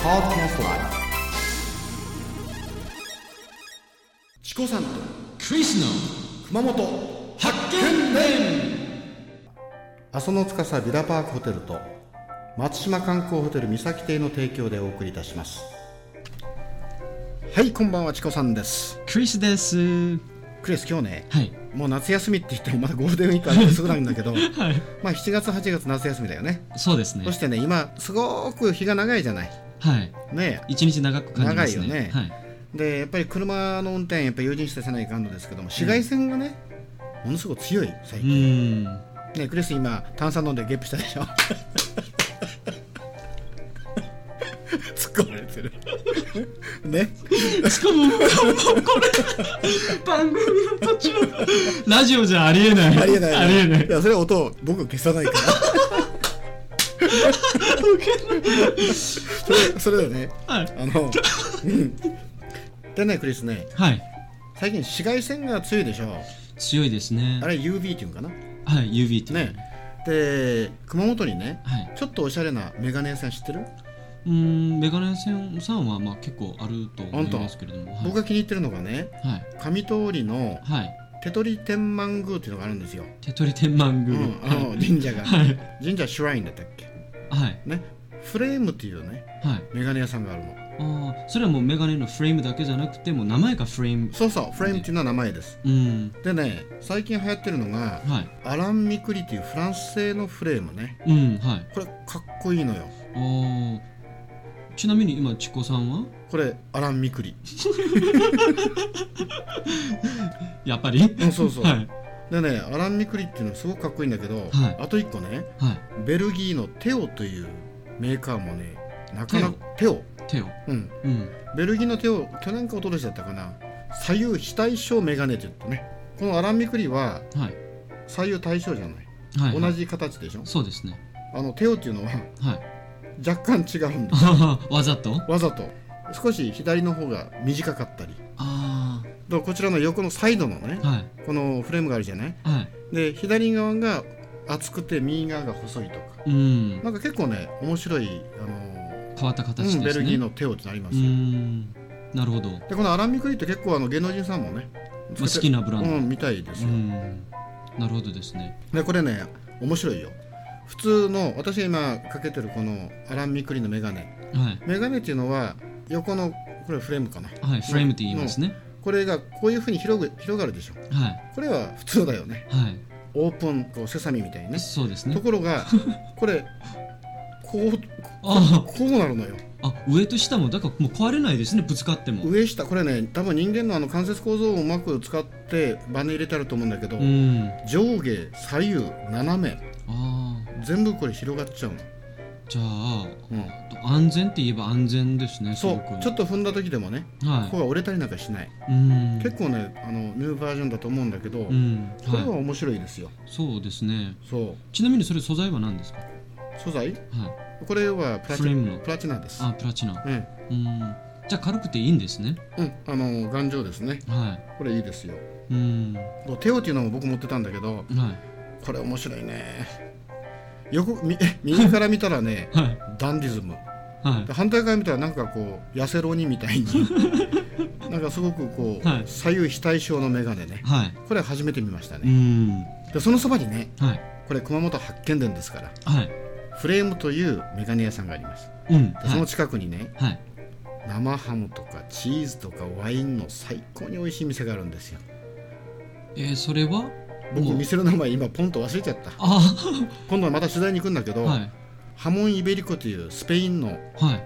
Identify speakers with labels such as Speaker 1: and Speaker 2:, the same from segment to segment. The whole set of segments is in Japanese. Speaker 1: Podcast Live チコさんと
Speaker 2: クリスの
Speaker 1: 熊本発見伝阿蘇の司ビラパークホテルと松島観光ホテル三崎邸の提供でお送りいたしますはいこんばんはチコさんです
Speaker 2: クリスです
Speaker 1: クリス今日ね
Speaker 2: はい
Speaker 1: もう夏休みって言ってもまだゴールデンウィークあるすぐなんだけど
Speaker 2: はい
Speaker 1: まあ7月8月夏休みだよね
Speaker 2: そうですね
Speaker 1: そしてね今すごく日が長いじゃない
Speaker 2: はい
Speaker 1: ね
Speaker 2: 一日長く感じます
Speaker 1: 長
Speaker 2: ね
Speaker 1: いよね
Speaker 2: はい、
Speaker 1: でやっぱり車の運転やっぱり友人してせないかんのですけども紫外線がね、ものすごく強い最
Speaker 2: う
Speaker 1: 近、
Speaker 2: ーん
Speaker 1: ねクリス今炭酸飲んでゲップしたでしょ 突っ込まれてるね
Speaker 2: しかも これ番組の途中ラジオじゃありえない
Speaker 1: ありえない、
Speaker 2: ありえない
Speaker 1: やそれ音を僕消さないからそれそれだよね
Speaker 2: はい
Speaker 1: あの、うん、でねクリスね
Speaker 2: はい
Speaker 1: 最近紫外線が強いでしょ
Speaker 2: 強いですね
Speaker 1: あれ UV っていうんかな
Speaker 2: はい UV って
Speaker 1: ねで熊本にね
Speaker 2: はい
Speaker 1: ちょっとおしゃれなメガネ屋さん知ってる、
Speaker 2: うーんメガネさんさんはまあ結構あると思いますけれどもはい
Speaker 1: 僕が気に入ってるのがね
Speaker 2: はい
Speaker 1: 上通りの
Speaker 2: はい
Speaker 1: 手取天満宮っていうのがあるんですよ、
Speaker 2: 手取り天満
Speaker 1: う
Speaker 2: 宮、
Speaker 1: ん、あ
Speaker 2: はい
Speaker 1: の神社が
Speaker 2: はい
Speaker 1: 神社シュラインだったっけ
Speaker 2: はい
Speaker 1: ねフレームっていうね
Speaker 2: はい
Speaker 1: メガネ屋さんがあるの
Speaker 2: ああそれはもうメガネのフレームだけじゃなくてもう名前がフレーム
Speaker 1: そうそうフレームっていうのは名前です
Speaker 2: うん
Speaker 1: でね最近流行ってるのが
Speaker 2: はい
Speaker 1: アラン・ミクリっていうフランス製のフレームね
Speaker 2: うんはい
Speaker 1: これかっこいいのよ
Speaker 2: あーちなみに今チコさんは
Speaker 1: これアラン・ミクリ
Speaker 2: やっぱり
Speaker 1: うんそうそう、
Speaker 2: はい
Speaker 1: でねアラン・ミクリっていうのすごくかっこいいんだけど、
Speaker 2: はい
Speaker 1: あと一個ね
Speaker 2: はい
Speaker 1: ベルギーのテオというメーカーもねなかなかテオ
Speaker 2: 手を
Speaker 1: うん
Speaker 2: うん
Speaker 1: ベルギーの手を去年か一昨年だったかな左右非対称メガネって言ってねこのアラン・ミクリは
Speaker 2: はい
Speaker 1: 左右対称じゃない、
Speaker 2: はい
Speaker 1: 同じ形でしょ
Speaker 2: そうですね
Speaker 1: あの手をっていうのは
Speaker 2: はい
Speaker 1: 若干違うんです
Speaker 2: あーわざと
Speaker 1: わざと少し左の方が短かったり
Speaker 2: あ
Speaker 1: だからこちらの横のサイドのね
Speaker 2: あはい
Speaker 1: このフレームがあるじゃない
Speaker 2: はい
Speaker 1: で左側が厚くて右側が細いとか
Speaker 2: うん
Speaker 1: なんか結構ね面白いあの
Speaker 2: 変わった形
Speaker 1: う
Speaker 2: です
Speaker 1: ん
Speaker 2: ね
Speaker 1: ベルギーの手をってなりま
Speaker 2: う
Speaker 1: すよ、
Speaker 2: んなるほど、ま
Speaker 1: でこのアラン・ミクリって結構あの芸能人さんもね
Speaker 2: あ、好きなブランド
Speaker 1: うんみたいです
Speaker 2: う
Speaker 1: よ、
Speaker 2: んなるほどですね
Speaker 1: でこれね面白いよ普通の私が今かけてるこのアラン・ミクリのメガネ
Speaker 2: はい
Speaker 1: メガネっていうのは横のこれフレームかな
Speaker 2: はいフレームって言いますね
Speaker 1: これがこういうふうに広ぐ広がるでしょ
Speaker 2: はい
Speaker 1: これは普通だよね
Speaker 2: はい
Speaker 1: オープンこうセサミみたいにね
Speaker 2: そうです
Speaker 1: と
Speaker 2: ね
Speaker 1: ころ がこれこう
Speaker 2: あ
Speaker 1: こうなるのよ
Speaker 2: ああ上と下もだからもう壊れないですねぶつかっても
Speaker 1: 上下これね多分人間のあの関節構造をうまく使ってバネ入れてあると思うんだけど、
Speaker 2: うん
Speaker 1: 上下左右斜め
Speaker 2: ああ
Speaker 1: 全部これ広がっちゃうの、
Speaker 2: じゃあ
Speaker 1: うん、
Speaker 2: 安全って言えば安全ですねす
Speaker 1: そ
Speaker 2: ご
Speaker 1: う
Speaker 2: く
Speaker 1: ちょっと踏んだ時でもね
Speaker 2: は
Speaker 1: ここが折れたりなんかしない、
Speaker 2: いうん
Speaker 1: 結構ねあのニューバージョンだと思うんだけど、
Speaker 2: うん
Speaker 1: これは
Speaker 2: はい
Speaker 1: 面白いですよ
Speaker 2: そうですね
Speaker 1: そう
Speaker 2: ちなみにそれ素材は何ですかは
Speaker 1: 素材
Speaker 2: い
Speaker 1: これはプラチ
Speaker 2: フレームの
Speaker 1: プラチナです
Speaker 2: あプラチナ
Speaker 1: うん、
Speaker 2: うんじゃあ軽くていいんですね
Speaker 1: うん、あの頑丈ですね
Speaker 2: は
Speaker 1: これいいですよ
Speaker 2: いうんは
Speaker 1: こうテオっていうのも僕持ってたんだけど
Speaker 2: い
Speaker 1: これ面白いね横み 右から見たらね
Speaker 2: はい
Speaker 1: ダンディズム
Speaker 2: はい
Speaker 1: 反対から見たらなんかこう痩せろにみたい になんかすごくこう、
Speaker 2: はい
Speaker 1: 左右非対称のメガネね
Speaker 2: はい
Speaker 1: これ初めて見ました
Speaker 2: う
Speaker 1: ね
Speaker 2: ん
Speaker 1: でそのそばにね
Speaker 2: はい
Speaker 1: これ熊本発見伝ですから
Speaker 2: はい
Speaker 1: フレームというメガネ屋さんがあります
Speaker 2: うん
Speaker 1: でそ
Speaker 2: は
Speaker 1: の
Speaker 2: い
Speaker 1: 近くにね
Speaker 2: はい
Speaker 1: 生ハムとかチーズとかワインの最高に美味しい店があるんですよ
Speaker 2: えーそれは
Speaker 1: 僕
Speaker 2: もう
Speaker 1: 店の名前今ポンと忘れちゃった
Speaker 2: あ
Speaker 1: 今度はまた取材に行くんだけ
Speaker 2: あ
Speaker 1: ど、
Speaker 2: はい
Speaker 1: ハモンイベリコというスペインの
Speaker 2: はい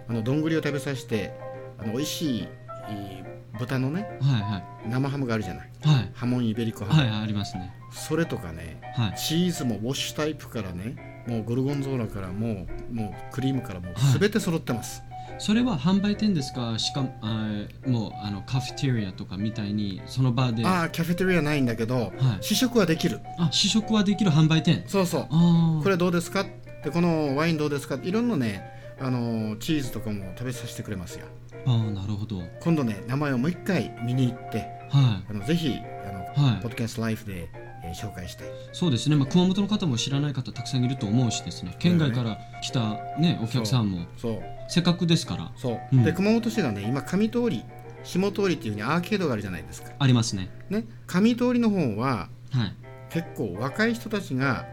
Speaker 1: あのどんぐりを食べさせてあの美味しいえー豚のね
Speaker 2: はいはい
Speaker 1: 生ハムがあるじゃない
Speaker 2: はい
Speaker 1: ハモンイベリコハム、
Speaker 2: はいありますね
Speaker 1: それとかね
Speaker 2: はい
Speaker 1: チーズもウォッシュタイプからねもうゴルゴンゾーラからもうもうクリームからもう
Speaker 2: はい
Speaker 1: 全て揃ってます、
Speaker 2: それは販売店ですかしかもあーもうあのカフェテリアとかみたいにその場で
Speaker 1: ああキャフェテリアないんだけど
Speaker 2: はい
Speaker 1: 試食はできる
Speaker 2: あ試食はできる販売店
Speaker 1: そうそう
Speaker 2: ああ
Speaker 1: これどうですかでこのワインどうですかいろんなねあのーチーズとかも食べさせてくれますよ
Speaker 2: ああなるほどはい
Speaker 1: 今度ね名前をもう一回見に行ってあのぜひあの
Speaker 2: は
Speaker 1: ポッドキャストライフで、ええー紹介したい
Speaker 2: そうですね、まあ、熊本の方も知らない方たくさんいると思うしですね県外から来た、ね、お客さんも
Speaker 1: そう
Speaker 2: せっかくですから
Speaker 1: そう、
Speaker 2: うん
Speaker 1: で熊本市がね今上通り下通りっていうふうにアーケードがあるじゃないですか
Speaker 2: ありますね
Speaker 1: ね上通りの方は
Speaker 2: はい
Speaker 1: 結構若い人たちが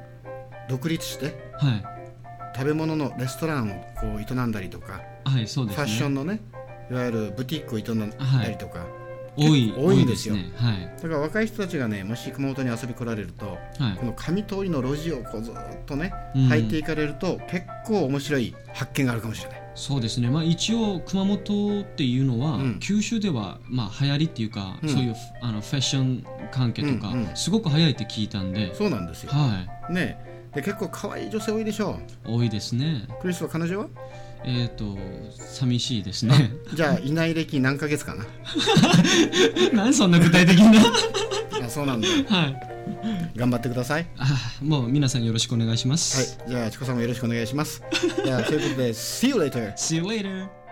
Speaker 1: 独立して
Speaker 2: はい
Speaker 1: 食べ物のレストランをこう営んだりとか、
Speaker 2: はいそうで
Speaker 1: フ
Speaker 2: すね
Speaker 1: ァッションのねいわゆるブティックを営んだりとか、
Speaker 2: 多い
Speaker 1: 多いんですよ
Speaker 2: 多ねはい
Speaker 1: だから若い人たちがねもし熊本に遊び来られると
Speaker 2: はい
Speaker 1: この上通りの路地をこうずっとね
Speaker 2: うん
Speaker 1: 入っていかれると、結構面白い発見があるかもしれない
Speaker 2: そうですね、まあ、一応熊本っていうのは、
Speaker 1: うん
Speaker 2: 九州では、まあ、流行りっていうか、
Speaker 1: うん
Speaker 2: そういうあのファッション関係とか、
Speaker 1: うんうん
Speaker 2: すごく流行いって聞いたんで、
Speaker 1: そうなんですよ
Speaker 2: は
Speaker 1: ねで結構可愛い女性多いでしょ
Speaker 2: い多いですね
Speaker 1: うクリスは彼女は
Speaker 2: えっ、と寂しいですね
Speaker 1: じゃあいない歴何ヶ月かな
Speaker 2: なんそんな具体的な
Speaker 1: あそうなんだ
Speaker 2: はい
Speaker 1: 頑張ってください
Speaker 2: あもう皆さんよろしくお願いします、
Speaker 1: は いじゃあチコさんもよろしくお願いしますじゃあということで See you later!
Speaker 2: See you later